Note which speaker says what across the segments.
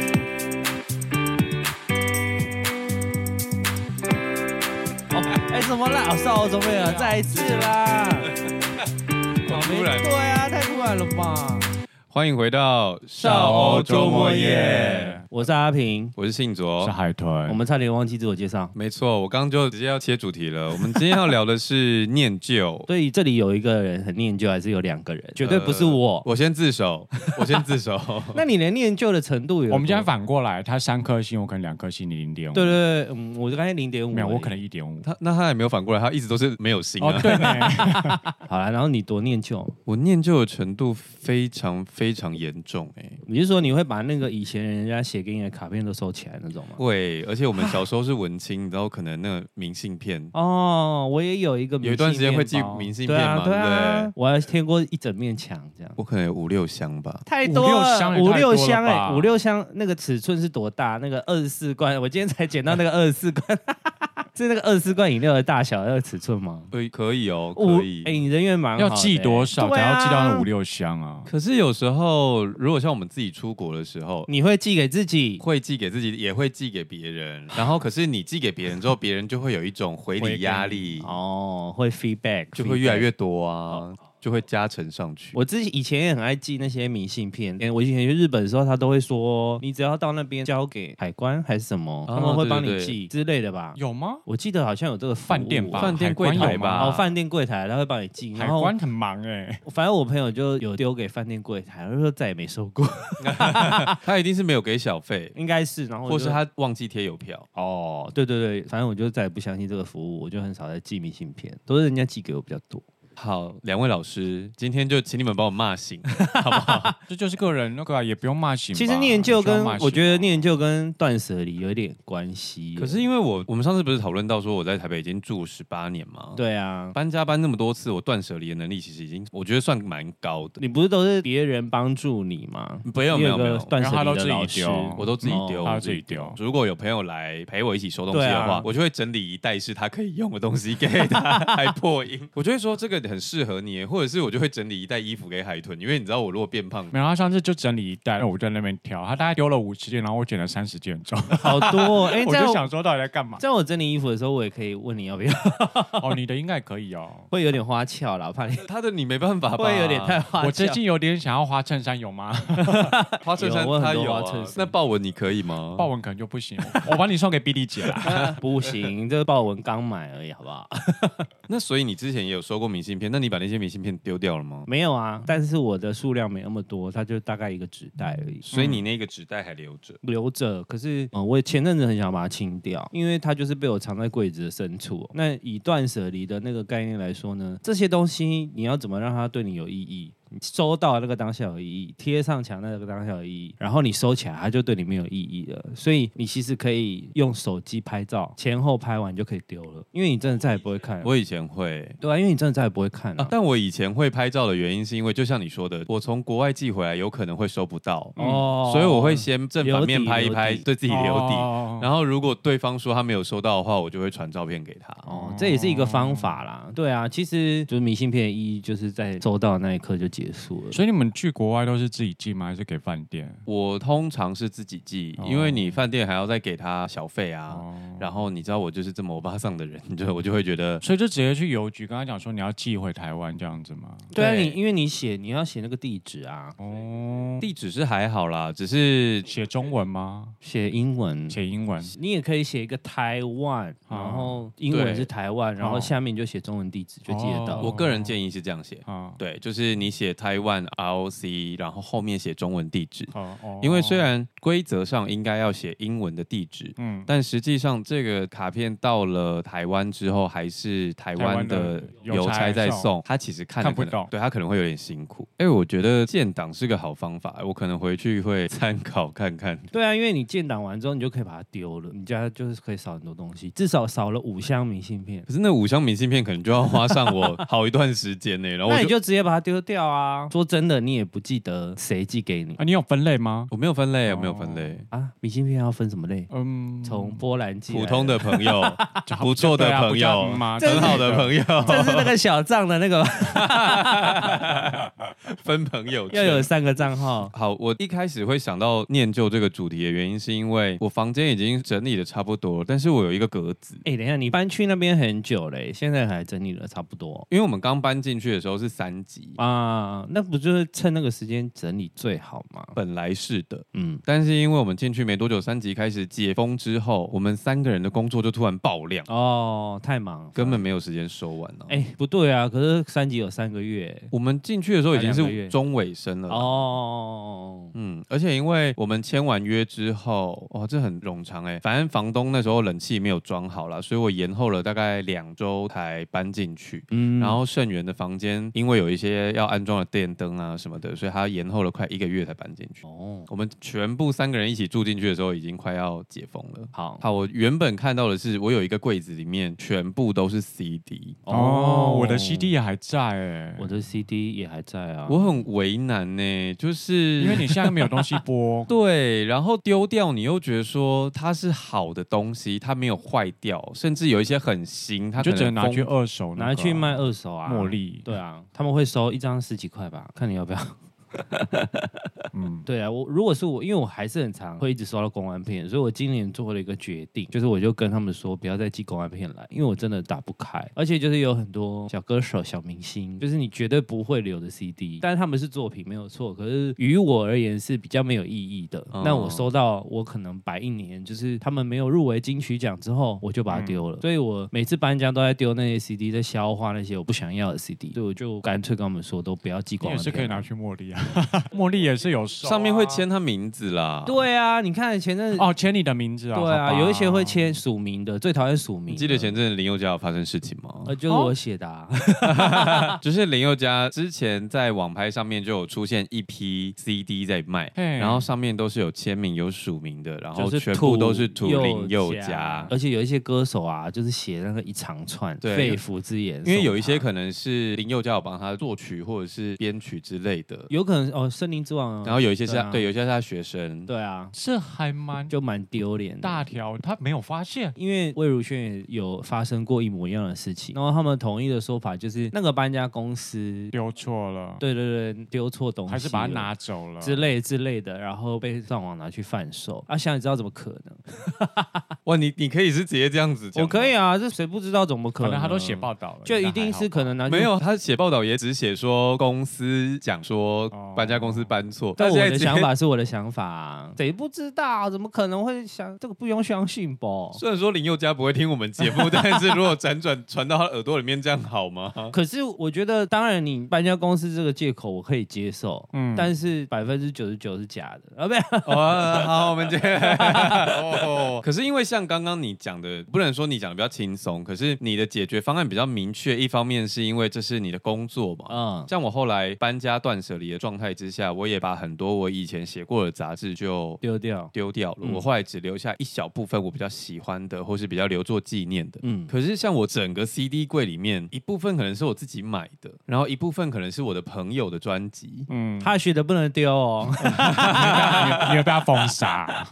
Speaker 1: 什么啦？哦，少中妹啊，再一次啦！
Speaker 2: 好突
Speaker 1: 没对
Speaker 2: 然，
Speaker 1: 啊，太突然了吧！
Speaker 2: 欢迎回到
Speaker 1: 少
Speaker 2: 欧
Speaker 1: 欧
Speaker 2: 周
Speaker 1: 周
Speaker 2: 末
Speaker 1: 末
Speaker 2: 夜
Speaker 1: 夜，我是阿平，
Speaker 2: 我是啊信卓
Speaker 3: 是。海豚。
Speaker 2: 哎
Speaker 1: 我们差点忘记自我介绍。，
Speaker 2: 没错，我刚刚就直接要切主题了。我们今天要聊的是念旧
Speaker 1: 对于这里有一个人很念旧，还是有两个人，绝对不是
Speaker 2: 呃
Speaker 1: 我。
Speaker 2: 我先自首，我先自首。
Speaker 1: 呃那你连念旧的程度有多？
Speaker 3: 我们今天反过来，他三颗星，我可能两颗星，你零点五。
Speaker 1: 对对对，嗯，我刚才零点五，
Speaker 3: 没有，我可能一点 五。
Speaker 2: 他那他也没有反过来，他一直都是没有心
Speaker 3: 哦
Speaker 2: 啊，。
Speaker 3: 对呢，
Speaker 1: 好了。然后你多念旧，
Speaker 2: 我念旧的程度非常非常严重哎、
Speaker 1: 你是说你会把那个以前人家写给你的卡片都收起来那种吗？
Speaker 2: 会，而且我们小时候是文青，然后可能那个明信片，
Speaker 1: 哦，我也有一个明信
Speaker 2: 有一段时间会寄
Speaker 1: 面包
Speaker 2: 明信
Speaker 1: 对
Speaker 2: 片
Speaker 1: 啊
Speaker 2: 嘛，
Speaker 1: 对
Speaker 2: 不
Speaker 1: 啊，我还贴过一整面墙这样。
Speaker 2: 我可能有五六箱吧。
Speaker 1: 太
Speaker 3: 五
Speaker 1: 多
Speaker 3: 六
Speaker 1: 了
Speaker 3: 箱也
Speaker 1: 五
Speaker 3: 太
Speaker 1: 六
Speaker 3: 多了
Speaker 1: 箱哎、
Speaker 3: 吧
Speaker 1: 五六箱那个尺寸是多大？那个二十四罐，我今天才捡到 那个二十四罐， 是那个二十四罐饮料的大小那个尺寸吗？
Speaker 2: 呃，可以哦，
Speaker 1: 五
Speaker 2: 可
Speaker 1: 哎、
Speaker 2: 以。
Speaker 1: 你人缘蛮好的
Speaker 3: 要
Speaker 1: 欸、
Speaker 3: 寄多少
Speaker 1: 对
Speaker 3: 才
Speaker 1: 啊、
Speaker 3: 要寄到那五？六箱啊？
Speaker 2: 可是有时候，如果像我们自己出国的时候，
Speaker 1: 你会寄给自己？
Speaker 2: 会寄给自己，也会寄给别 人。然后，可是你寄给别人之后，别人就会有一种回礼压力，
Speaker 1: 哦，会 feedback，
Speaker 2: 就会越来
Speaker 1: feedback
Speaker 2: 越多
Speaker 1: 哦
Speaker 2: 啊，就会加成上去。
Speaker 1: 我自己以前也很爱寄那些明信片，欸我以前去日本的时候，他都会说，你只要到那边交给海关还是什么，
Speaker 2: 哦
Speaker 1: 他们会帮
Speaker 2: 对对
Speaker 1: 你
Speaker 2: 对
Speaker 1: 寄之类的吧。
Speaker 3: 有吗？
Speaker 1: 我记得好像有这个服务啊
Speaker 3: 饭店吧，
Speaker 2: 饭店
Speaker 3: 海关
Speaker 2: 柜台
Speaker 3: 有
Speaker 2: 吧
Speaker 3: 吗
Speaker 1: 哦，饭店柜台他会帮你寄，
Speaker 3: 海
Speaker 1: 然后
Speaker 3: 关很忙哎。
Speaker 1: 反正我朋友就有丢给饭店柜台，他就说再也没收过，
Speaker 2: 啊他一定是没有给小费，
Speaker 1: 应该是，然后我
Speaker 2: 或是
Speaker 1: 就
Speaker 2: 他忘记贴邮票。
Speaker 1: 哦，对对对，反正我就再也不相信这个服务，我就很少在寄明信片，都是人家寄给我比较多。
Speaker 2: 好，两位老师，今天就请你们把我骂 醒。
Speaker 3: 这就是个人那个啊，也不用骂醒吧。
Speaker 1: 其实念旧
Speaker 3: 不需要
Speaker 1: 跟
Speaker 3: 骂醒
Speaker 1: 我觉得念旧跟断舍离有一点关系耶，
Speaker 2: 可是因为我我们上次不是讨论到说我在台北已经住十八年吗？，
Speaker 1: 对啊，
Speaker 2: 搬家搬那么多次，我断舍离的能力其实已经我觉得算蛮高的。
Speaker 1: 你不是都是别人帮助你吗？
Speaker 2: 没有
Speaker 1: 你
Speaker 2: 没
Speaker 1: 有
Speaker 2: 有没
Speaker 1: 个
Speaker 2: 有，
Speaker 1: 断哦舍离
Speaker 3: 然后他
Speaker 1: 的
Speaker 3: 都自己
Speaker 1: 老师
Speaker 3: 丢，
Speaker 2: 我都自己丢，
Speaker 3: 他
Speaker 2: 我
Speaker 3: 自己丢。
Speaker 2: 如果有朋友来陪我一起收东西的话，
Speaker 1: 对啊
Speaker 2: 我就会整理一袋是他可以用的东西给他， 还破音。我就会说这个很适合你，或者是我就会整理一袋衣服给海豚，因为你知道我如果变胖，
Speaker 3: 没有，他上次就整理一袋，然后我就在那边挑，他大概丢了五十件，然后我捡了三十件走。
Speaker 1: 好 多哦哎、
Speaker 3: 我
Speaker 1: 在
Speaker 3: 就
Speaker 1: 我
Speaker 3: 想说到底在干 嘛？
Speaker 1: 在我整理衣服的时候，我也可以问你要不要，
Speaker 3: 哦，你的应该可以哦。
Speaker 1: 会有点花俏啦，我 怕你
Speaker 2: 他的你没办法吧，
Speaker 1: 会有点太花俏。
Speaker 3: 我最近有点想要花衬衫，有 吗？
Speaker 2: 花衬衫
Speaker 1: 有我很
Speaker 2: 他
Speaker 1: 多
Speaker 2: 有
Speaker 1: 花衬
Speaker 2: 啊
Speaker 1: 衫，
Speaker 2: 那豹纹你可以吗？
Speaker 3: 豹纹可能就不行，我把你送给比利姐啦。
Speaker 1: 不行，这豹纹刚买而已，好不好？
Speaker 2: 那所以你之前也有收过明信片，那你把那些明信片丢掉了吗？
Speaker 1: 没有啊，但是我的数量没那么多，它就大概一个纸袋而已。嗯
Speaker 2: 所以你那个纸袋还留着。
Speaker 1: 留着，可是嗯、呃我前阵子很想把它清掉，因为它就是被我藏在柜子的深处。哦那以断舍离的那个概念来说呢，这些东西你要怎么让它对你有意义？你收到的那个当下有意义，贴上墙的那个当下有意义，然后你收起来，它就对你没有意义了。所以你其实可以用手机拍照，前后拍完就可以丢了，因为你真的再也不会看了。
Speaker 2: 我以前会。
Speaker 1: 对啊，因为你真的再也不会看了、
Speaker 2: 啊，但我以前会拍照的原因是因为，就像你说的，我从国外寄回来有可能会收不到，
Speaker 1: 哦
Speaker 2: 嗯所以我会先正反面拍一拍，
Speaker 1: 留底
Speaker 2: 对自己留底。
Speaker 3: 哦
Speaker 2: 然后如果对方说他没有收到的话，我就会传照片给他。
Speaker 1: 哦，这也是一个方法啦。对啊，其实就是明信片的意义就是在收到的那一刻就结束了。
Speaker 3: 所以你们去国外都是自己寄吗？还是给饭店？
Speaker 2: 我通常是自己寄，
Speaker 3: 哦
Speaker 2: 因为你饭店还要再给他小费啊。
Speaker 3: 哦，
Speaker 2: 然后你知道我就是这么欧巴桑的人，就 我就会觉得
Speaker 3: 所以就直接去邮局跟他讲说你要寄回台湾这样子吗？
Speaker 1: 对啊，
Speaker 2: 对
Speaker 1: 你因为你写你要写那个地址啊，
Speaker 3: 哦，
Speaker 2: 地址是还好啦，只是
Speaker 3: 写中文吗？
Speaker 1: 写英文，
Speaker 3: 写英文？
Speaker 1: 你也可以写一个台湾，
Speaker 3: 哦
Speaker 1: 然后英文是台湾，然后
Speaker 3: 哦
Speaker 1: 下面你就写中文地址就记得到。
Speaker 3: 哦
Speaker 2: 我个人建议是这样写，
Speaker 3: 啊，
Speaker 2: 对，就是你写台湾 ROC，然后后面写中文地址，
Speaker 3: 哦哦
Speaker 2: 因为虽然规则上应该要写英文的地址，
Speaker 3: 嗯，
Speaker 2: 但实际上，这个卡片到了台湾之后，还是台湾的邮差在送，他其实看得
Speaker 3: 看不
Speaker 2: 可能
Speaker 3: 懂
Speaker 2: 对他可能会有点辛苦。哎，我觉得建档是个好方法，我可能回去会参考看看。
Speaker 1: 对啊，因为你建档完之后，你就可以把它丢了，你家就是可以少很多东西，至少少了五箱明信片。
Speaker 2: 可是那五箱明信片可能就要花上我好一段时间呢、然后
Speaker 1: 那
Speaker 2: 哦我
Speaker 1: 你就
Speaker 2: 就
Speaker 1: 直接把它丢掉啊！啊，说真的，你也不记得谁寄给你
Speaker 3: 啊，你有分类吗？
Speaker 2: 我没有分类，我没有分类，
Speaker 1: 啊。明信片要分什么类？
Speaker 3: 嗯，
Speaker 1: 从波兰寄来
Speaker 2: 普通的朋友，
Speaker 3: 就好
Speaker 2: 不错的
Speaker 3: 对啊
Speaker 2: 朋
Speaker 3: 不叫
Speaker 2: 友
Speaker 3: 嗯嘛，
Speaker 1: 真
Speaker 2: 很
Speaker 1: 的
Speaker 2: 好的朋友，
Speaker 1: 这是那个小账的那个，
Speaker 2: 分朋友圈
Speaker 1: 要有三个账号。
Speaker 2: 好，我一开始会想到念旧这个主题的原因，是因为我房间已经整理的差不多了，但是我有一个格子，
Speaker 1: 哎、等一下，你搬去那边很久嘞、现在还整理了差不多
Speaker 2: 因为我们刚搬进去的时候是三级，
Speaker 1: 啊，那不就是趁那个时间整理最好吗？
Speaker 2: 本来是的，
Speaker 1: 嗯，
Speaker 2: 但是因为我们进去没多久，三级开始解封之后，我们三个人的工作就突然爆量，
Speaker 1: 哦，太忙了，
Speaker 2: 根本没有时间收完了、
Speaker 1: 哎、不对啊，可是三级有三个月
Speaker 2: 我们进去的时候已经
Speaker 1: 才两个月
Speaker 2: 是中尾声了。
Speaker 1: 啊哦，
Speaker 2: 嗯，而且因为我们签完约之后，哇，这很冗长哎、反正房东那时候冷气没有装好啦，所以我延后了大概两周才搬进去。
Speaker 1: 嗯
Speaker 2: 然后盛源的房间，因为有一些要安装的电灯啊什么的，所以他延后了快一个月才搬进去。
Speaker 1: 哦，
Speaker 2: 我们全部三个人一起住进去的时候，已经快要解封了。
Speaker 1: 好，
Speaker 3: 哦
Speaker 2: 好，我原本看到的是，我有一个柜子里面全部都是 CD，
Speaker 3: 哦，我的 CD 也还在哎，
Speaker 1: 我的 CD 也还在啊，
Speaker 2: 我很为难呢、就是，
Speaker 3: 因为你现在没有东西播
Speaker 2: 对，然后丢掉你又觉得说它是好的东西，它没有坏掉，甚至有一些很新，它
Speaker 3: 你就只能拿去
Speaker 2: 封
Speaker 3: 二手那个，
Speaker 1: 拿去卖二手啊，
Speaker 3: 茉。莉。
Speaker 1: 对啊，他们会收一张十几块吧，看你要不要。
Speaker 3: 嗯，
Speaker 1: 对啊，我如果是我，因为我还是很常会一直收到公安片，所以我今年做了一个决定，就是我就跟他们说不要再寄公安片来，因为我真的打不开，而且就是有很多小歌手、小明星，就是你绝对不会留的 CD，但是他们是作品没有错，可是于我而言是比较没有意义的。
Speaker 2: 哦
Speaker 1: 那我收到，我可能摆一年，就是他们没有入围金曲奖之后，我就把
Speaker 3: 嗯
Speaker 1: 它丢了，所以我每次搬家都在丢那些 CD，在消化那些我不想要的 CD，所以我就干脆跟他们说都不要寄
Speaker 3: 你
Speaker 1: 公
Speaker 3: 也
Speaker 1: 安
Speaker 3: 是可以
Speaker 1: 片了。
Speaker 3: 拿去茉莉啊， 茉莉也是有收啊
Speaker 2: 上面会签他名字啦。，
Speaker 1: 对啊，你看前阵子
Speaker 3: 哦，签你的名字啊。
Speaker 1: 对啊，
Speaker 3: 好吧
Speaker 1: 有一些会签署名的，最讨厌署名
Speaker 2: 你
Speaker 1: 的。
Speaker 2: 记得前阵子林宥嘉有发生事情吗？
Speaker 1: 呃，就是我写的、 啊，
Speaker 2: 就是林宥嘉之前在网拍上面就有出现一批 CD 在卖，
Speaker 3: 嘿
Speaker 2: 然后上面都是有签名、有署名的，然后
Speaker 1: 嗯就是
Speaker 2: 哦全部都是
Speaker 1: 土
Speaker 2: 图林宥嘉
Speaker 1: 嘉，。而且有一些歌手啊，就是写那个一长串
Speaker 2: 对
Speaker 1: 肺腑之言，
Speaker 2: 因为有一些
Speaker 1: 送他
Speaker 2: 可能是林宥嘉有帮他作曲或者是编曲之类的，
Speaker 1: 有可能哦，《森林之王》啊，
Speaker 2: 然后有一些是
Speaker 1: 对
Speaker 2: 他
Speaker 1: 啊
Speaker 2: 对，有一些是他学生。
Speaker 1: 对啊，
Speaker 3: 这还蛮
Speaker 1: 就蛮丢脸的。
Speaker 3: 大条，他没有发现。
Speaker 1: 因为魏如萱也有发生过一模一样的事情，然后他们统一的说法就是那个搬家公司，
Speaker 3: 丢错了，
Speaker 1: 对对对，丢错东西了，
Speaker 3: 还是把它拿走了
Speaker 1: 之类之类的，然后被上网拿去贩售。啊，想你知道怎么可能？
Speaker 2: 哇，你你可以是直接这样子
Speaker 1: 啊
Speaker 2: 讲，
Speaker 1: 我可以。啊，这谁不知道怎么可
Speaker 3: 可
Speaker 1: 能？
Speaker 3: 能他都写报道了，
Speaker 1: 就
Speaker 3: 应该
Speaker 1: 一定
Speaker 3: 还好
Speaker 1: 是可能啊拿去
Speaker 2: 没。有，他写报道也只写说公司讲说
Speaker 3: 哦
Speaker 2: 搬家公司搬错，
Speaker 1: 但
Speaker 2: 但
Speaker 1: 我
Speaker 2: 是
Speaker 1: 的想，法是我的想法，啊谁不知道？怎么可能会想这个不用相信吧？
Speaker 2: 虽然说林宥嘉不会听我们节目，但是如果辗转传到他耳朵里面，这样好吗？
Speaker 1: 可是我觉得，当然你搬家公司这个借口我可以接受，
Speaker 3: 嗯
Speaker 1: 但是百分之九十九是假的啊，不是？
Speaker 2: 哦，好，我们这哦。可是因为像刚刚你讲的，不能说你讲的比较轻松，可是你的解决方案比较明确。一方面是因为这是你的工作嘛。
Speaker 1: 嗯，
Speaker 2: 像我后来搬家断舍离的状态之下，我也把很多我以前写过的杂志就
Speaker 1: 丢掉，
Speaker 2: 丢掉了。
Speaker 1: 嗯
Speaker 2: 我后来只留下一小部分我比较喜欢的，或是比较留作纪念的。
Speaker 1: 嗯，
Speaker 2: 可是像我整个 CD 柜里面，一部分可能是我自己买的，然后一部分可能是我的朋友的专辑，
Speaker 3: 嗯，
Speaker 1: 他学的不能丢哦，
Speaker 3: 你会被他封 杀。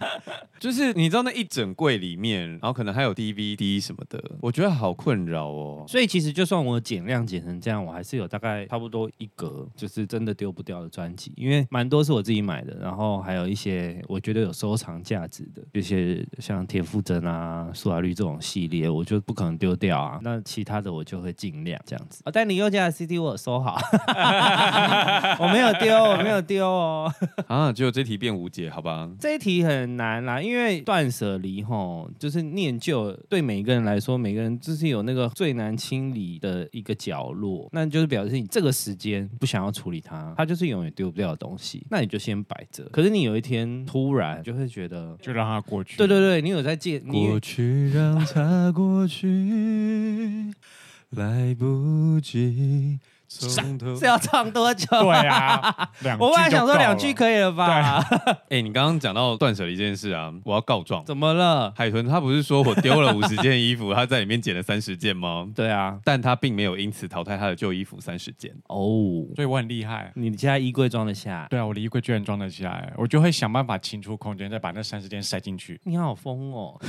Speaker 2: 就是你知道那一整柜里面，然后可能还有 DVD 什么的，我觉得好困扰 哦。
Speaker 1: 所以其实就算我减量减成这样，我还是有大概差不多一格，就是真的丢不掉的专辑，因为蛮多是我自己买的，然后还有一些我觉得有收藏价值的，一些像田馥甄啊、苏打绿这种系列，我就不可能丢掉啊。那其他的我就会尽量这样子。啊、但你又加的 CD 我有收好， 我没有丢，我没有丢哦。
Speaker 2: 啊，只有这题变无解，好吧？
Speaker 1: 这一题很难啦，因为断舍离吼，就是念旧，对每个人来说，每个人就是有那个最难清理的一个角落，那就是表示你这个时间不想要处理它，它就是永远丢不掉的东西，那你就先摆着。可是你有一天突然就会觉得，
Speaker 3: 就让他过去。
Speaker 1: 对对对，你有在借，你有
Speaker 2: 去让它过去，来不及从头
Speaker 1: 是要唱多久？
Speaker 3: 对啊，两句
Speaker 1: 我本来想说两句
Speaker 3: 以。
Speaker 1: 可以了吧？
Speaker 2: 哎、你刚刚讲到断舍离这件事啊，我要告状。
Speaker 1: 怎么了？
Speaker 2: 海豚他不是说我丢了五十件衣服，他在里面捡了三十件吗？
Speaker 1: 对啊，
Speaker 2: 但他并没有因此淘汰他的旧衣服三十件。
Speaker 1: 哦，
Speaker 3: 所以我很厉害。
Speaker 1: 你家衣柜装得下？
Speaker 3: 对啊，我的衣柜居然装得下来，我就会想办法清出空间，再把那三十件塞进去。
Speaker 1: 你好疯哦！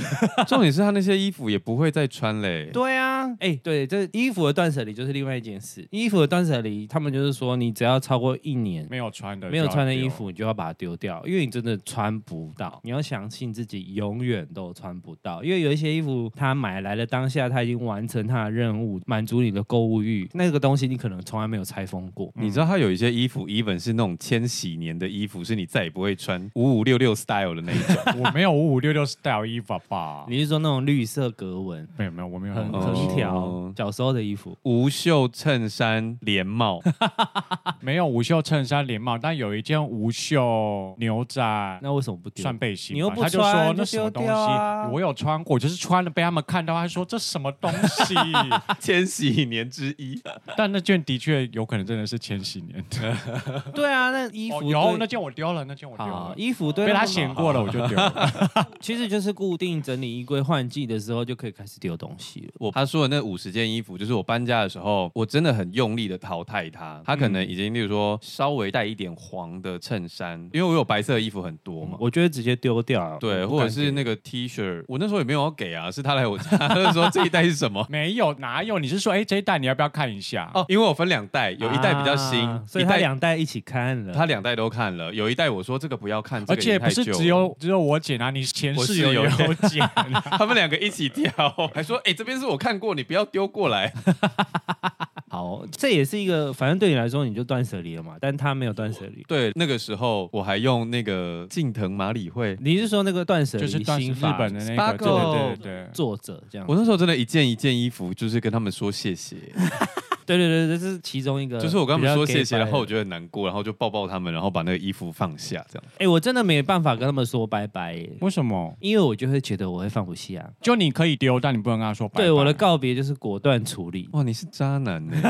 Speaker 2: 重点是他那些衣服也不会再穿嘞。
Speaker 1: 对啊，哎、对，这衣服的断舍离就是另外一件事。衣服的断舍离，他们就是说，你只要超过一年
Speaker 3: 没有穿的，
Speaker 1: 没有穿的衣，服，你就要把它丢掉，因为你真的穿不到。你要相信自己永远都穿不到，因为有一些衣服，它买来的当下，它已经完成它的任务，满足你的购物欲。那个东西你可能从来没有拆封过。
Speaker 2: 你知道他有一些衣服，even 是那种千禧年的衣服，是你再也不会穿五五六六 style 的那一种。
Speaker 3: 我没有五五六六 style 衣服吧？
Speaker 1: 你是说那种绿色格纹、
Speaker 3: 没有没有，我没有
Speaker 1: 横
Speaker 3: 很
Speaker 2: 哦
Speaker 1: 横条、小时候的衣服？
Speaker 2: 无袖衬衫、连帽，
Speaker 3: 没有无袖衬衫、连帽，但有一件无袖牛仔。
Speaker 1: 那为什么不丢？
Speaker 3: 算背心吧，
Speaker 1: 你又不
Speaker 3: 他就
Speaker 1: 穿
Speaker 3: 说
Speaker 1: 就
Speaker 3: 那什么
Speaker 1: 丢
Speaker 3: 东西，
Speaker 1: 掉啊
Speaker 3: 我有穿过，我就是穿了被他们看到，他说这什么东 西。
Speaker 2: 千禧年之一。
Speaker 3: 但那件的确有可能真的是千禧年的，
Speaker 1: 对啊，那衣服
Speaker 3: 哦、
Speaker 1: 对、
Speaker 3: 有那件我丢了，那件我丢
Speaker 1: 好
Speaker 3: 了，
Speaker 1: 衣服对
Speaker 3: 被他
Speaker 1: 显
Speaker 3: 嫌过了我就丢了。？
Speaker 1: 其实就是固定整理衣柜，换季的时候就可以开始丢东西了。
Speaker 2: 我他说的那五十件衣服，就是我搬家的时候，我真的很用力的淘汰它。它可能已经，例如说稍微带一点黄的衬衫，因为我有白色的衣服很多嘛。
Speaker 1: 我觉得直接丢掉，
Speaker 2: 嗯对，
Speaker 1: 嗯我不
Speaker 2: 或
Speaker 1: 敢
Speaker 2: 者是
Speaker 1: 给
Speaker 2: 那个 T 恤，我那时候也没有要给啊，是他来我家，他就说这一袋 是什么
Speaker 3: 没有哪有？你是说哎这一袋你要不要看一下？
Speaker 2: 哦，因为我分两袋，有一袋比较新，
Speaker 1: 啊所以
Speaker 2: 一
Speaker 1: 他
Speaker 2: 袋
Speaker 1: 两袋一起看了。
Speaker 2: 他两袋都看了，有一袋我说这个不要看，这
Speaker 3: 而
Speaker 2: 个已经
Speaker 3: 且不是
Speaker 2: 太旧了
Speaker 3: 只有只有我捡啊，你前
Speaker 2: 我
Speaker 3: 室
Speaker 2: 室
Speaker 3: 友
Speaker 2: 友
Speaker 3: 也有捡。
Speaker 2: 他们两个一起挑， 还说哎、这边是我看过，你不要丢过来。
Speaker 1: 好，这也是一个，反正对你来说你就断舍离了嘛，但他没有断舍离。
Speaker 2: 对，那个时候我还用那个近藤麻里惠，
Speaker 1: 你是说那个断舍
Speaker 3: 就
Speaker 1: 离
Speaker 3: 是 当时
Speaker 1: 心
Speaker 3: 日
Speaker 1: 法？
Speaker 3: 本的那个，对对
Speaker 2: Sparkle
Speaker 3: 对对。
Speaker 1: 作者这样
Speaker 2: 我，那时候真的一件一件衣服，就是跟他们说谢谢，
Speaker 1: 对对对，这是其中一
Speaker 3: 呃
Speaker 1: 个。
Speaker 2: 就是我跟他们说谢谢，然后我
Speaker 1: 就
Speaker 2: 觉得很难过，然后就抱抱他们，然后把那个衣服放下，这样。
Speaker 1: 哎、我真的没办法跟他们说拜拜耶，
Speaker 3: 为什么？
Speaker 1: 因为我就会觉得我会放不下。
Speaker 3: 就你可以丢，但你不能跟他说拜拜。
Speaker 1: 对我的告别就是果断处理。
Speaker 2: 哇，你是渣男欸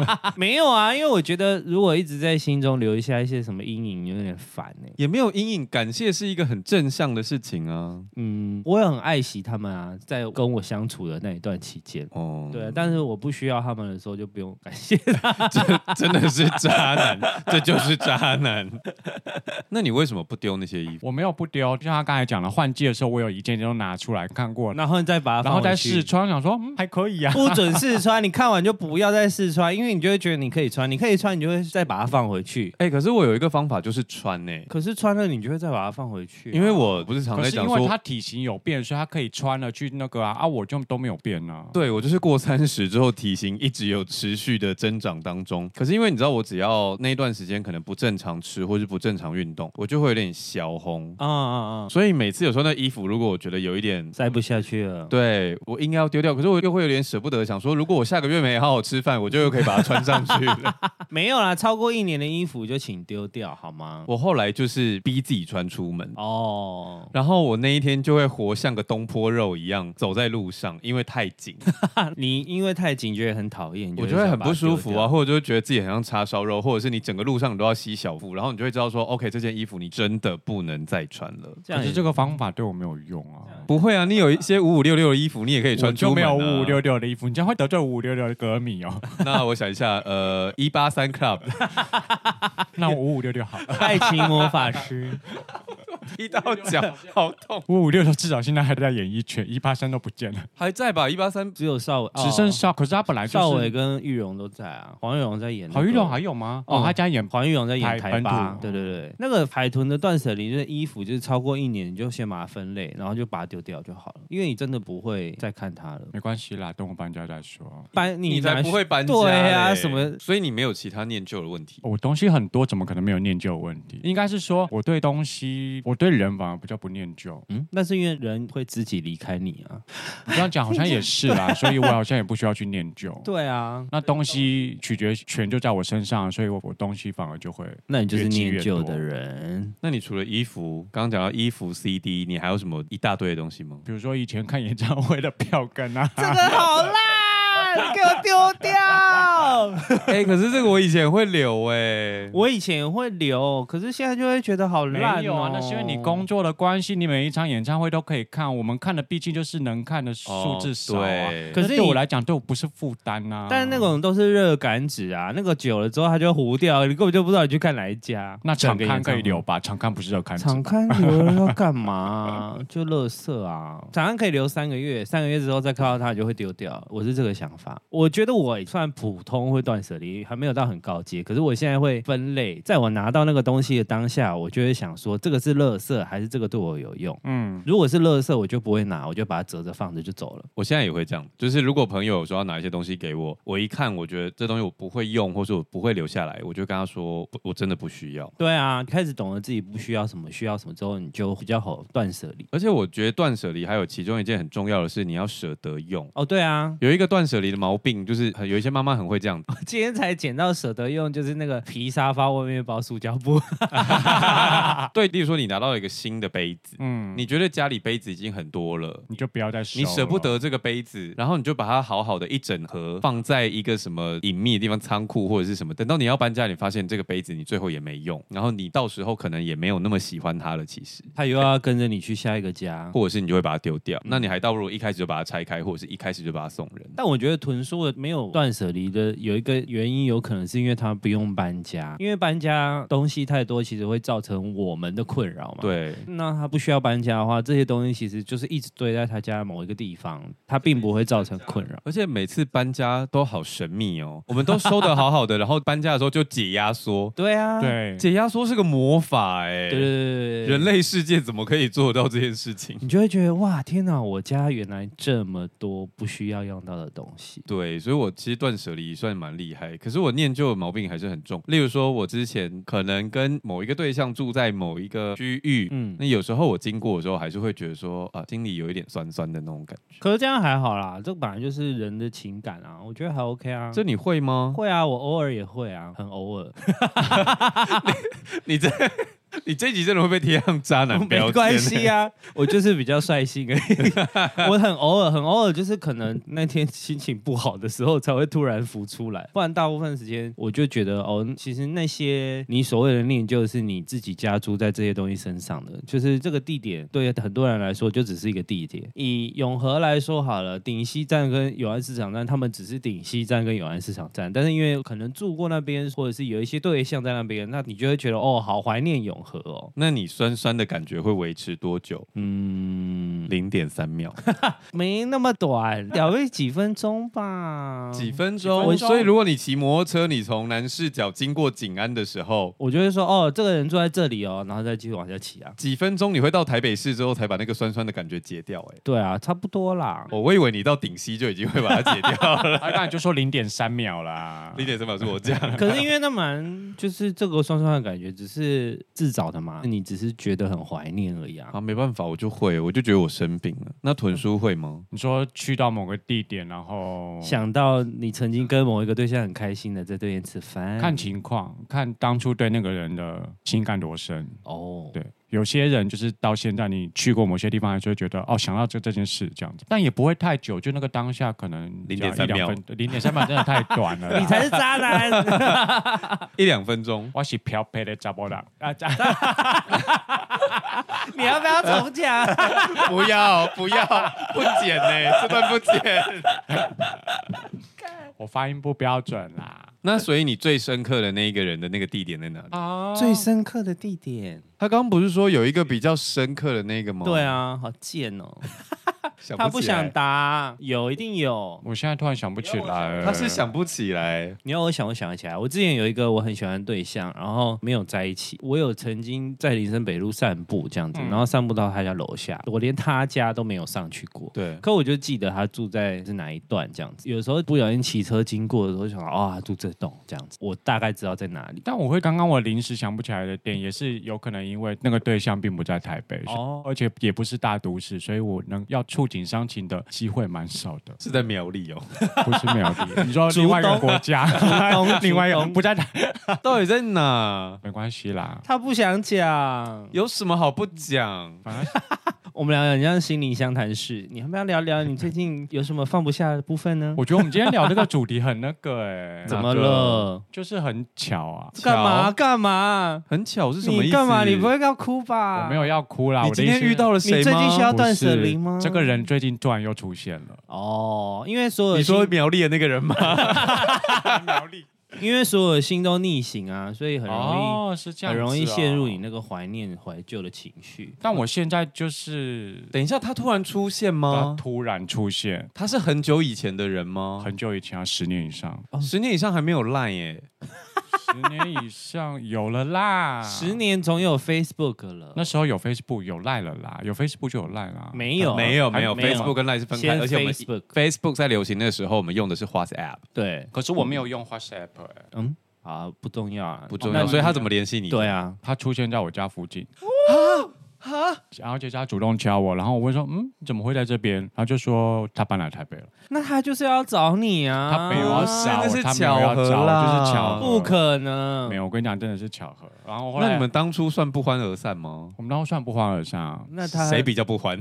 Speaker 2: 呢！
Speaker 1: 没有啊，因为我觉得如果一直在心中留下一些什么阴影，有点烦欸呢、
Speaker 2: 也没有阴影，感谢是一个很正向的事情啊。
Speaker 1: 嗯，我也很爱惜他们啊，在跟我相处的那一段期间。
Speaker 2: 哦，
Speaker 1: 对啊，，但是我不需要他们的时候，就不用感谢。
Speaker 2: 这真的是渣男，这就是渣男。 那你为什么不丢那些衣服？
Speaker 3: 我没有不丢，就像他刚才讲了，换季的时候我有一件件都拿出来看过，
Speaker 1: 然后你再把它
Speaker 3: 然
Speaker 1: 放
Speaker 3: 后
Speaker 1: 回
Speaker 3: 再
Speaker 1: 去
Speaker 3: 试，穿，想说嗯还可以啊。
Speaker 1: 不准试穿。你看完就不要再试穿，因为你就会觉得你可以穿，你可以穿，你就会再把它放回去。
Speaker 2: 哎、可是我有一个方法，就是穿呢、
Speaker 1: 可是穿了，你就会再把它放回去啊、
Speaker 2: 因为我不是常
Speaker 3: 可
Speaker 2: 在
Speaker 3: 是
Speaker 2: 讲
Speaker 3: 因
Speaker 2: 说
Speaker 3: 为他体型有变，所以他可以穿了去那个啊啊，我就都没有变啊。
Speaker 2: 对我就是过三十之后，体型一直有持续的增长当中。可是因为你知道，我只要那一段时间可能不正常吃或是不正常运动，我就会有点小红。
Speaker 1: 啊啊啊，
Speaker 2: 所以每次有时候那衣服，如果我觉得有一点。
Speaker 1: 塞不下去了。
Speaker 2: 对我应该要丢掉，可是我又会有点舍不得，想说如果我下个月没好好吃饭，我就又可以把它穿上去了。
Speaker 1: 没有啦，超过一年的衣服就请丢掉好吗？
Speaker 2: 我后来就是逼自己穿出门，
Speaker 1: 哦，
Speaker 2: 然后我那一天就会活像个东坡肉一样走在路上，因为太紧，
Speaker 1: 你因为太紧，觉得很讨厌，
Speaker 2: 我
Speaker 1: 就
Speaker 2: 就会很不舒服啊，。或者就会觉得自己很像叉烧肉，或者是你整个路上你都要吸小腹，然后你就会知道说，OK，这件衣服你真的不能再穿了。
Speaker 1: 这
Speaker 3: 可
Speaker 1: 样
Speaker 3: 是
Speaker 1: 也
Speaker 3: 这个方法对我没有用啊。
Speaker 2: 不会啊，你有一些五五六六的衣服，你也可以
Speaker 3: 我
Speaker 2: 穿出
Speaker 3: 就没
Speaker 2: 门、啊。
Speaker 3: 有五五六。六的衣服，你这样会得罪五五六六的歌迷哦。
Speaker 2: 那我想一下，呃，一八三 club
Speaker 3: 那我五五六六好了，
Speaker 1: 爱情魔法师，
Speaker 2: 一到脚好痛，
Speaker 3: 五五六六至少现在还在演艺圈，一八三都不见了，
Speaker 2: 还在吧？一八三
Speaker 1: 只有邵伟，
Speaker 3: 只剩
Speaker 1: 哦
Speaker 3: 少。可是他本来就
Speaker 1: 邵伟
Speaker 3: 是
Speaker 1: 跟玉荣都在啊，黄玉荣在演那个、
Speaker 3: 郝玉龙还有吗？哦
Speaker 1: 嗯，
Speaker 3: 他家演
Speaker 1: 黄玉荣在演
Speaker 3: 台
Speaker 1: 台
Speaker 3: 本
Speaker 1: 八，
Speaker 3: 土
Speaker 1: 对对对，那个海豚的断舍离就是衣服，就是超过一年你就先把它分类，然后就把它丢掉就好了，因为你真的不会再看它了。
Speaker 3: 没关系啦，等我搬家再说。
Speaker 1: 搬
Speaker 2: 你才
Speaker 1: 拿
Speaker 2: 不会搬家
Speaker 1: 对啊，
Speaker 2: 嘞
Speaker 1: 什么
Speaker 2: 所以你没有其他念旧的问题。
Speaker 3: 我东西很多，怎么可能没有念旧问题？应该是说我对东西，我对人反而比较不念旧。
Speaker 1: 嗯，那是因为人会自己离开你啊。
Speaker 3: 你这样讲好像也是 啦，所以我好像也不需要去念旧。
Speaker 1: 对啊，
Speaker 3: 那东西取决权就在我身上，所以我我东西反而就会
Speaker 1: 那你就是
Speaker 3: 越积
Speaker 1: 念
Speaker 3: 越
Speaker 1: 旧
Speaker 3: 多
Speaker 1: 的人。
Speaker 2: 那你除了衣服，刚刚讲到衣服 CD，你还有什么一大堆的东西吗？
Speaker 3: 比如说以前看演唱会的票根啊，
Speaker 1: 这个好烂，给我丢掉！痛。
Speaker 2: 哎、可是这个我以前会留哎、
Speaker 1: 我以前也会留，可是现在就会觉得好
Speaker 3: 没
Speaker 1: 烂、哦。
Speaker 3: 有啊，那是因为你工作的关系，你每一场演唱会都可以看。我们看的毕竟就是能看的数字少啊。
Speaker 2: 对
Speaker 1: 哦可
Speaker 3: 可
Speaker 1: 是
Speaker 3: 是对我
Speaker 1: 你
Speaker 3: 来讲，对我不是负担啊。
Speaker 1: 但是那种都是热感纸啊，那个久了之后它就糊掉，你根本就不知道你去看哪一家。
Speaker 3: 那场
Speaker 1: 整个
Speaker 3: 刊
Speaker 1: 演唱
Speaker 3: 可
Speaker 1: 会
Speaker 3: 以留吧？场刊不是热刊纸。
Speaker 1: 场刊留了要干嘛 啊、就垃圾啊！场刊可以留三个月，三个月之后再看到它你就会丢掉。我是这个想法。我觉得我也算普通会断舍离，还没有到很高阶。可是我现在会分类，在我拿到那个东西的当下，我就会想说，这个是垃圾还是这个对我有用？
Speaker 3: 嗯，
Speaker 1: 如果是垃圾，我就不会拿，我就把它折着放着就走了。
Speaker 2: 我现在也会这样，就是如果朋友说要拿一些东西给我，我一看我觉得这东西我不会用，或是我不会留下来，我就跟他说不我真的不需要。
Speaker 1: 对啊，开始懂得自己不需要什么，需要什么之后，你就比较好断舍离。
Speaker 2: 而且我觉得断舍离还有其中一件很重要的是，你要舍得用。
Speaker 1: 哦，对啊，
Speaker 2: 有一个断舍离的毛病，就是呃有一些妈妈很会这样，
Speaker 1: 今天才捡到舍得用，就是那个皮沙发外面包塑胶布。
Speaker 2: 对，例如说你拿到一个新的杯子，
Speaker 3: 嗯，
Speaker 2: 你觉得家里杯子已经很多了。
Speaker 3: 你就不要再收
Speaker 2: 你舍不
Speaker 1: 啊
Speaker 3: 了
Speaker 2: 得这个杯子，然后你就把它好好的一整盒放在一个什么隐秘的地方，仓库或者是什么。等到你要搬家，你发现这个杯子你最后也没用，然后你到时候可能也没有那么喜欢它了。其实，
Speaker 1: 他又要跟着你去下一个家。
Speaker 2: 或者是你就会把它丢
Speaker 1: 嗯
Speaker 2: 掉。那你还倒不如一开始就把它拆开，或者是一开始就把它送人。
Speaker 1: 但我觉得屯叔的没有断舍离的有一个原因，有可能是因为他不用搬家，因为搬家东西太多，其实会造成我们的困扰嘛。。
Speaker 2: 对，
Speaker 1: 那他不需要搬家的话，这些东西其实就是一直堆在他家某一个地方，他并不会造成困扰。
Speaker 2: 而且每次搬家都好神秘哦，我们都收的好好的，然后搬家的时候就解压缩，
Speaker 1: 对啊，
Speaker 3: 对，
Speaker 2: 解压缩是个魔法哎、
Speaker 1: 对对对对对
Speaker 2: 人类世界怎么可以做到这件事情？
Speaker 1: 你就会觉得哇，天哪，我家原来这么多不需要用到的东西。
Speaker 2: 对，所以我其实断舍离算蛮厉害，可是我念旧的毛病还是很重。例如说，我之前可能跟某一个对象住在某一个区域，
Speaker 1: 嗯
Speaker 2: 那有时候我经过的时候，还是会觉得说啊，心里有一点酸酸的那种感觉。
Speaker 1: 可是这样还好啦，这本来就是人的情感啊，我觉得还 OK 啊。
Speaker 2: 这你会吗？
Speaker 1: 会啊，我偶尔也会啊，很偶尔，
Speaker 2: 你这你这集真的会被贴上渣男标签、欸
Speaker 1: 没关系啊， 我就是比较率性而已。我 很偶尔，很偶尔，就是可能那天心情不好的时候才会突然浮出来，不然大部分时间我就觉得哦，其实那些你所谓的念旧是你自己加诸在这些东西身上的，就是这个地点对啊很多人来说就只是一个地点。以永和来说好了，顶西站跟永安市场站，他们只是顶西站跟永安市场站，但是因为可能住过那边，或者是有一些对象在那边，那你就会觉得哦，好怀念永和哦。
Speaker 2: 那你酸酸的感觉会维持多久？
Speaker 1: 嗯，
Speaker 2: 零点三秒，
Speaker 1: 没那么 短，表位几分钟吧。
Speaker 2: 几分
Speaker 1: 嗯几
Speaker 2: 钟？
Speaker 1: 分钟
Speaker 2: 所以如果你骑摩托车，你从南市角经过景安的时候，
Speaker 1: 我就会说，哦，这个人坐在这里哦，然后再继续往下骑啊。
Speaker 2: 几分钟你会到台北市之后才把那个酸酸的感觉解掉、哎，
Speaker 1: 对啊，差不多啦。
Speaker 2: 哦我以为你到顶溪就已经会把它解掉 了。
Speaker 3: 啊，那你就说零点三秒啦。
Speaker 2: 零点三秒是我这样。
Speaker 1: 可是因为那蛮就是这个酸酸的感觉，只是自找的嘛，你只是觉得很怀念而已啊。
Speaker 2: 啊，没办法，我就会，我就觉得我生病了。那豚叔会吗？
Speaker 3: 你说去到某个地点，然后
Speaker 1: 想到你曾经跟某一个对象很开心的在对面吃饭，
Speaker 3: 看情况，看当初对那个人的情感多深。
Speaker 1: 哦，
Speaker 3: 对，有些人就是到现在，你去过某些地方，还是会觉得哦，想到这这件事这样子，但也不会太久，就那个当下可能
Speaker 2: 0.3秒
Speaker 3: 零点三秒真的太短了啦。
Speaker 1: 你才是渣男。
Speaker 2: 一两分钟，
Speaker 3: 我是漂配的查波郎啊，这
Speaker 1: 你要不要重 讲？
Speaker 2: 不要不要不剪呢、 这段不剪。
Speaker 3: 我发音不标准啦
Speaker 2: 那所以你最深刻的那一个人的那个地点在哪里？
Speaker 3: 啊，
Speaker 1: 最深刻的地点？
Speaker 2: 他刚刚不是说有一个比较深刻的那个吗？
Speaker 1: 对，啊，好贱哦。
Speaker 2: 想
Speaker 1: 他
Speaker 2: 不
Speaker 1: 不
Speaker 2: 起来欸
Speaker 1: 想，答，有一定有。
Speaker 3: 我现在突然想不起来了，
Speaker 2: 他是想不起来。
Speaker 1: 你要我想，我想得起来。我之前有一个我很喜欢的对象，然后没有在一起。我有曾经在林森北路散步这样子，然后散步到他家楼下，我连他家都没有上去过。
Speaker 2: 对，，
Speaker 1: 可我就记得他住在是哪一段这样子。有时候不小心骑车经过的时候，就想到啊、他住这栋这样子，我大概知道在哪里。
Speaker 3: 但我会刚刚我临时想不起来的点，也是有可能因为那个对象并不在台北，
Speaker 1: 哦
Speaker 3: 而且也不是大都市，所以我能要触景伤情的机会蛮少的
Speaker 2: 是在苗栗 哦。
Speaker 3: 不是没有 的。你说
Speaker 1: 竹
Speaker 3: 另外一个
Speaker 1: 东
Speaker 3: 国家，另外一
Speaker 1: 竹
Speaker 3: 个
Speaker 1: 东
Speaker 3: 不在台，
Speaker 2: 到底在哪？
Speaker 3: 没关系啦，
Speaker 1: 他不想讲，
Speaker 2: 有什么好不讲？
Speaker 3: 反正
Speaker 1: 我们两个很像心灵相谈室，你要不要聊聊你最近有什么放不下的部分呢？
Speaker 3: 我觉得我们今天聊这个主题很那个哎、
Speaker 1: 怎么了？
Speaker 3: 就是很巧啊。
Speaker 1: 干嘛干嘛？
Speaker 2: 很巧是什么
Speaker 1: 你
Speaker 2: 意思？
Speaker 1: 干嘛？你不会要哭吧？
Speaker 3: 我没有。要哭啦，
Speaker 2: 你
Speaker 3: 我的
Speaker 2: 今
Speaker 3: 意
Speaker 2: 天
Speaker 3: 思
Speaker 2: 遇到了谁吗？
Speaker 1: 你最近需要
Speaker 3: 不是
Speaker 1: 断舍离吗
Speaker 3: 这个人最近突然又出现了，
Speaker 1: 哦，因为所有的
Speaker 2: 你说
Speaker 1: 心
Speaker 2: 苗栗的那个人吗？苗栗，
Speaker 1: 因为所有的心都逆行啊，所以很容易、
Speaker 3: 哦，是这样、
Speaker 1: 很容易陷入你。那个怀念怀旧的情绪。
Speaker 3: 但我现在就是
Speaker 2: 等一下，他突然出现
Speaker 3: 他
Speaker 1: 啊
Speaker 2: 吗？
Speaker 3: 突然出现，
Speaker 2: 他是很久以前的人吗？哦
Speaker 3: 很久以前啊，十年以上，
Speaker 2: 十年以上还没有烂耶，
Speaker 3: 十年以上有了啦，
Speaker 1: 十年总有 Facebook 了，
Speaker 3: 啊那时候有 Facebook 有赖了啦，有 Facebook 就有赖啦，
Speaker 1: 没有啊
Speaker 2: 没有啊没有
Speaker 1: 还没有
Speaker 2: ，Facebook 跟 Line 是分开，
Speaker 1: 先
Speaker 2: 而且我们
Speaker 1: Facebook
Speaker 2: Facebook 哦在流行的时候，我们用的是 WhatsApp，
Speaker 1: 对，
Speaker 3: 可是我没有用 WhatsApp，、欸、
Speaker 1: 嗯，啊，不重要啊，
Speaker 2: 不重
Speaker 1: 哦
Speaker 2: 要，
Speaker 1: 那
Speaker 2: 所以他怎么联系你？
Speaker 1: 对啊，
Speaker 3: 他出现在我家附近。然后就他主动敲我，然后我问说，嗯，你怎么会在这边？然后就说他搬来台北了，
Speaker 1: 那他就是要找你啊，
Speaker 3: 他没有要
Speaker 2: 是
Speaker 3: 找
Speaker 2: 那
Speaker 3: 我，
Speaker 2: 是
Speaker 3: 他没有要
Speaker 2: 巧合
Speaker 3: 找
Speaker 2: 啦
Speaker 3: 我，就是巧合，
Speaker 1: 不可能，，
Speaker 3: 没有，我跟你讲，真的是巧合。然后后来
Speaker 2: 那你们当初算不欢而散吗？
Speaker 3: 我们当时算不欢而散啊
Speaker 1: 那他
Speaker 2: 谁比较不欢？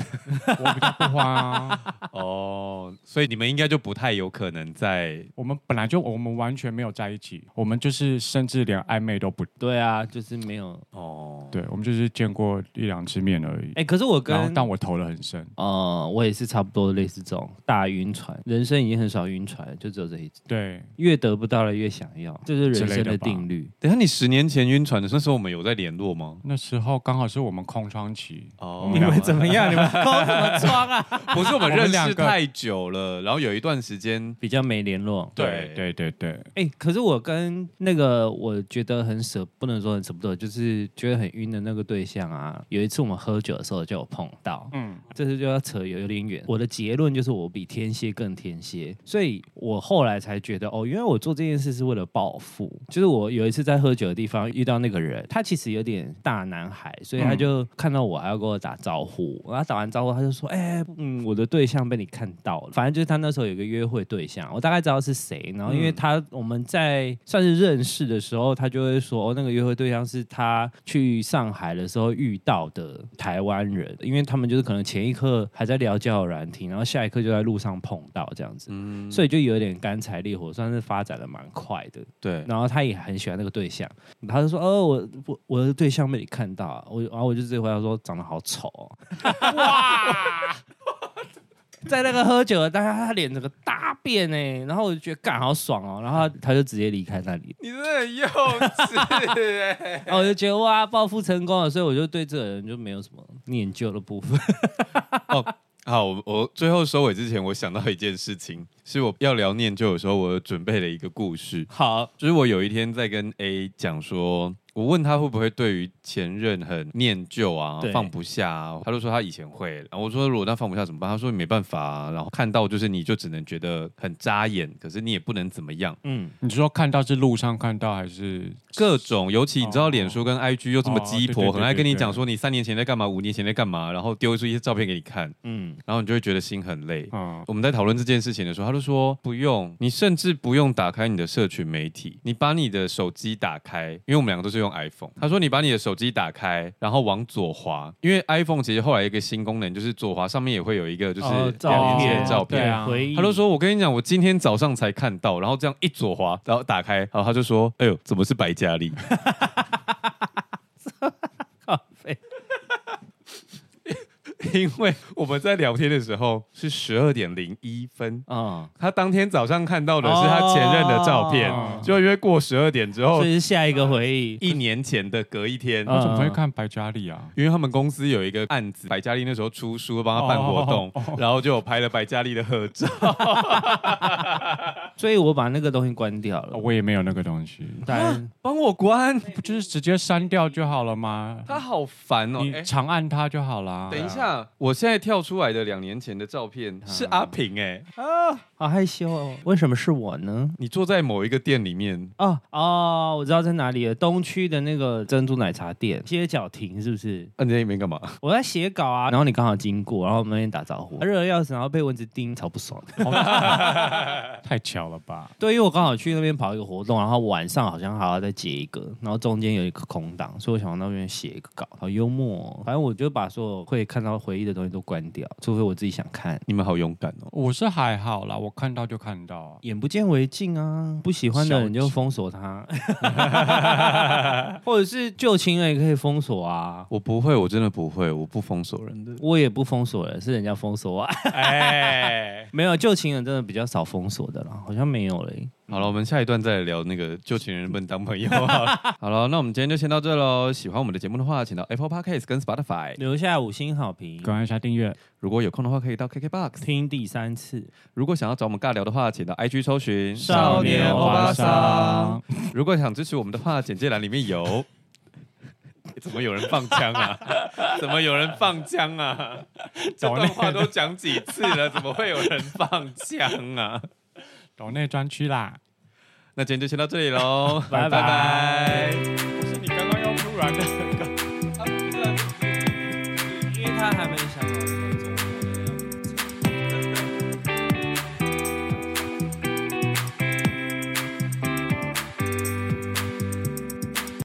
Speaker 3: 我比较不欢啊。
Speaker 2: 哦，所以你们应该就不太有可能在
Speaker 3: 我们本来就我们完全没有在一起，我们就是甚至连暧昧都不，
Speaker 1: 对啊，就是没有。
Speaker 2: 哦，
Speaker 3: 对我们就是见过一两次面而已。
Speaker 1: 哎、可是我
Speaker 3: 然后
Speaker 1: 跟
Speaker 3: 但我投了很深，
Speaker 1: 呃，我也是差不多类似这种大晕船，人生已经很少晕船了，就只有这一次，
Speaker 3: 对，
Speaker 1: 越得不到了越想要，这是人
Speaker 3: 之类
Speaker 1: 生
Speaker 3: 的
Speaker 1: 的
Speaker 3: 吧
Speaker 1: 定律。
Speaker 2: 等一下你十年前晕船的时候那时候，我们有在联络吗？
Speaker 3: 那时候刚好是我们空窗期，
Speaker 2: 哦
Speaker 3: 你们
Speaker 1: 怎么样？你 们抠什么窗啊？
Speaker 2: 不是我们
Speaker 3: 我们
Speaker 2: 认
Speaker 3: 两
Speaker 2: 识
Speaker 3: 个
Speaker 2: 太久了，然后有一段时间，
Speaker 1: 比较没联络。
Speaker 2: 对
Speaker 3: 对对对，
Speaker 1: 哎、可是我跟那个我觉得很舍，不能说很舍不得，就是觉得很晕的那个对象啊，有一次我们喝酒的时候就有碰到，
Speaker 3: 嗯，
Speaker 1: 这次就要扯有有点远。我的结论就是我比天蝎更天蝎，所以我后来才觉得哦，原来我做这件事是为了报复。就是我有一次在喝酒的地方遇到那个人，他其实有点大男孩，所以
Speaker 3: 嗯
Speaker 1: 他就看到我还要跟我打招呼，然后打完招呼他就说：“哎、嗯，我的对象被你看到了。”反正就是他那时候有一个约会对象，我大概知道是谁。然后因为他、我们在算是认识的时候，他就会说、哦、那个约会对象是他去上海的时候遇到的台湾人，因为他们就是可能前一刻还在聊交友软体，然后下一刻就在路上碰到这样子。
Speaker 2: 嗯，
Speaker 1: 所以就有点干柴烈火，算是发展的蛮快的。
Speaker 2: 对，
Speaker 1: 然后他也很喜欢那个对象，他就说：“哦，我我我的对象被你看到、啊，我然后我就直接回答说长得好丑、哦。” 在那个喝酒的当下，他脸整个大变哎，然后我就觉得干好爽哦，然后他他就直接离开那里，。
Speaker 2: 你真的很幼稚哎
Speaker 1: 然后我就觉得哇，报复成功了，所以我就对这个人就没有什么念旧的部分。
Speaker 2: 好，我我最后收尾之前，我想到一件事情，是我要聊念旧的时候，我准备了一个故事。
Speaker 1: 好，
Speaker 2: 就是我有一天在跟 A 讲说，我问他会不会对于前任很念旧啊
Speaker 1: 对，
Speaker 2: 放不下啊，他就说他以前会，然后我说如果那放不下怎么办？他说没办法啊，然后看到就是你就只能觉得很扎眼，可是你也不能怎么样，
Speaker 1: 嗯，
Speaker 3: 你说看到是路上看到还是
Speaker 2: 各种，尤其你知道
Speaker 3: 哦
Speaker 2: 脸书跟 IG 又这么
Speaker 3: 哦
Speaker 2: 鸡
Speaker 3: 对
Speaker 2: 婆，
Speaker 3: 对对
Speaker 2: 很爱跟
Speaker 3: 对
Speaker 2: 你
Speaker 3: 对
Speaker 2: 讲说你三年前在干嘛，五年前在干嘛，然后丢出一些照片给你看，
Speaker 1: 嗯，
Speaker 2: 然后你就会觉得心很累。
Speaker 3: 嗯
Speaker 2: 我们在讨论这件事情的时候，他就说不用，你甚至不用打开你的社群媒体，你把你的手机打开，因为我们两个都是用 iPhone。他说你把你的手机打开，然后往左滑，因为 iPhone 其实后来有一个新功能就是左滑上面也会有一个就是
Speaker 1: 哦
Speaker 2: 两
Speaker 1: 照
Speaker 2: 连接
Speaker 1: 片
Speaker 2: 的照
Speaker 3: 对
Speaker 2: 片。
Speaker 3: 啊
Speaker 1: 回忆，
Speaker 2: 他就说：“我跟你讲，我今天早上才看到，然后这样一左滑，然后打开，然后他就说：‘哎呦，怎么是白嘉莉？’
Speaker 1: 靠背，
Speaker 2: 因为我们在聊天的时候是十二点零一分，
Speaker 1: 嗯，
Speaker 2: 他当天早上看到的是他前任的照片，
Speaker 3: 哦
Speaker 2: 就因为过十二点之后
Speaker 1: 这，是下一个回忆，
Speaker 2: 一年前的隔一天，
Speaker 1: 嗯
Speaker 3: 我怎么会看白嘉莉啊？
Speaker 2: 因为他们公司有一个案子，白嘉莉那时候出书帮他办活动，然后就有拍了白嘉莉的合照。
Speaker 1: 所以我把那个东西关掉了。
Speaker 3: 哦我也没有那个东西，
Speaker 1: 但
Speaker 2: 帮我关，
Speaker 3: 不就是直接删掉就好了吗？
Speaker 2: 他好烦哦！
Speaker 3: 你
Speaker 2: 哎
Speaker 3: 长按它就好啦。
Speaker 1: 嗯
Speaker 2: 等一下，我现在跳出来的两年前的照片是阿平哎、啊，
Speaker 1: 好害羞哦，为什么是我呢？
Speaker 2: 你坐在某一个店里面，
Speaker 1: 哦哦，我知道在哪里了，东区的那个珍珠奶茶店街角亭是不是？
Speaker 2: 啊，你在里面干嘛？
Speaker 1: 我在写稿啊，然后你刚好经过，然后我们那边打招呼，热的要死，然后被蚊子叮，超不 爽的。
Speaker 3: 哦 太巧了吧？
Speaker 1: 对，因为我刚好去那边跑一个活动，然后晚上好像还要再接一个，然后中间有一个空档，所以我想到那边写一个稿，好幽默、哦。反正我就把所有会看到回忆的东西都关掉，除非我自己想看。
Speaker 2: 你们好勇敢哦！
Speaker 3: 我是还好啦，我看到就看到啊。
Speaker 1: 眼不见为净啊！不喜欢的人就封锁 他，或者是旧情人也可以封锁啊。
Speaker 2: 我不会，我真的不会，我不封锁人的。
Speaker 1: 我也不封锁人，是人家封锁我。
Speaker 2: 哎，
Speaker 1: 没有旧情人真的比较少封锁的啦，好像没有嘞。
Speaker 2: 好了，我们下一段再聊那个旧情人能不能当 朋友好了。好了，那我们今天就先到这喽。喜欢我们的节目的话，请到 Apple Podcast 跟 Spotify。
Speaker 1: 留下五星好评，
Speaker 3: 赶快下订阅，
Speaker 2: 如果有空的话，可以到 KKBox。
Speaker 1: 听第三次。
Speaker 2: 如果想要找我们尬聊的话，请到 IG 搜寻
Speaker 1: 少年欧巴桑。
Speaker 2: 如果想支持我们的话，简介栏里面有。 诶怎么有人放枪啊？怎么有人放枪啊？这
Speaker 3: 找那
Speaker 2: 段话都讲几次了，怎么会有人放枪啊？
Speaker 3: 岛内专区啦。
Speaker 2: 那今天就先到这里喽，
Speaker 1: 拜拜
Speaker 2: 拜拜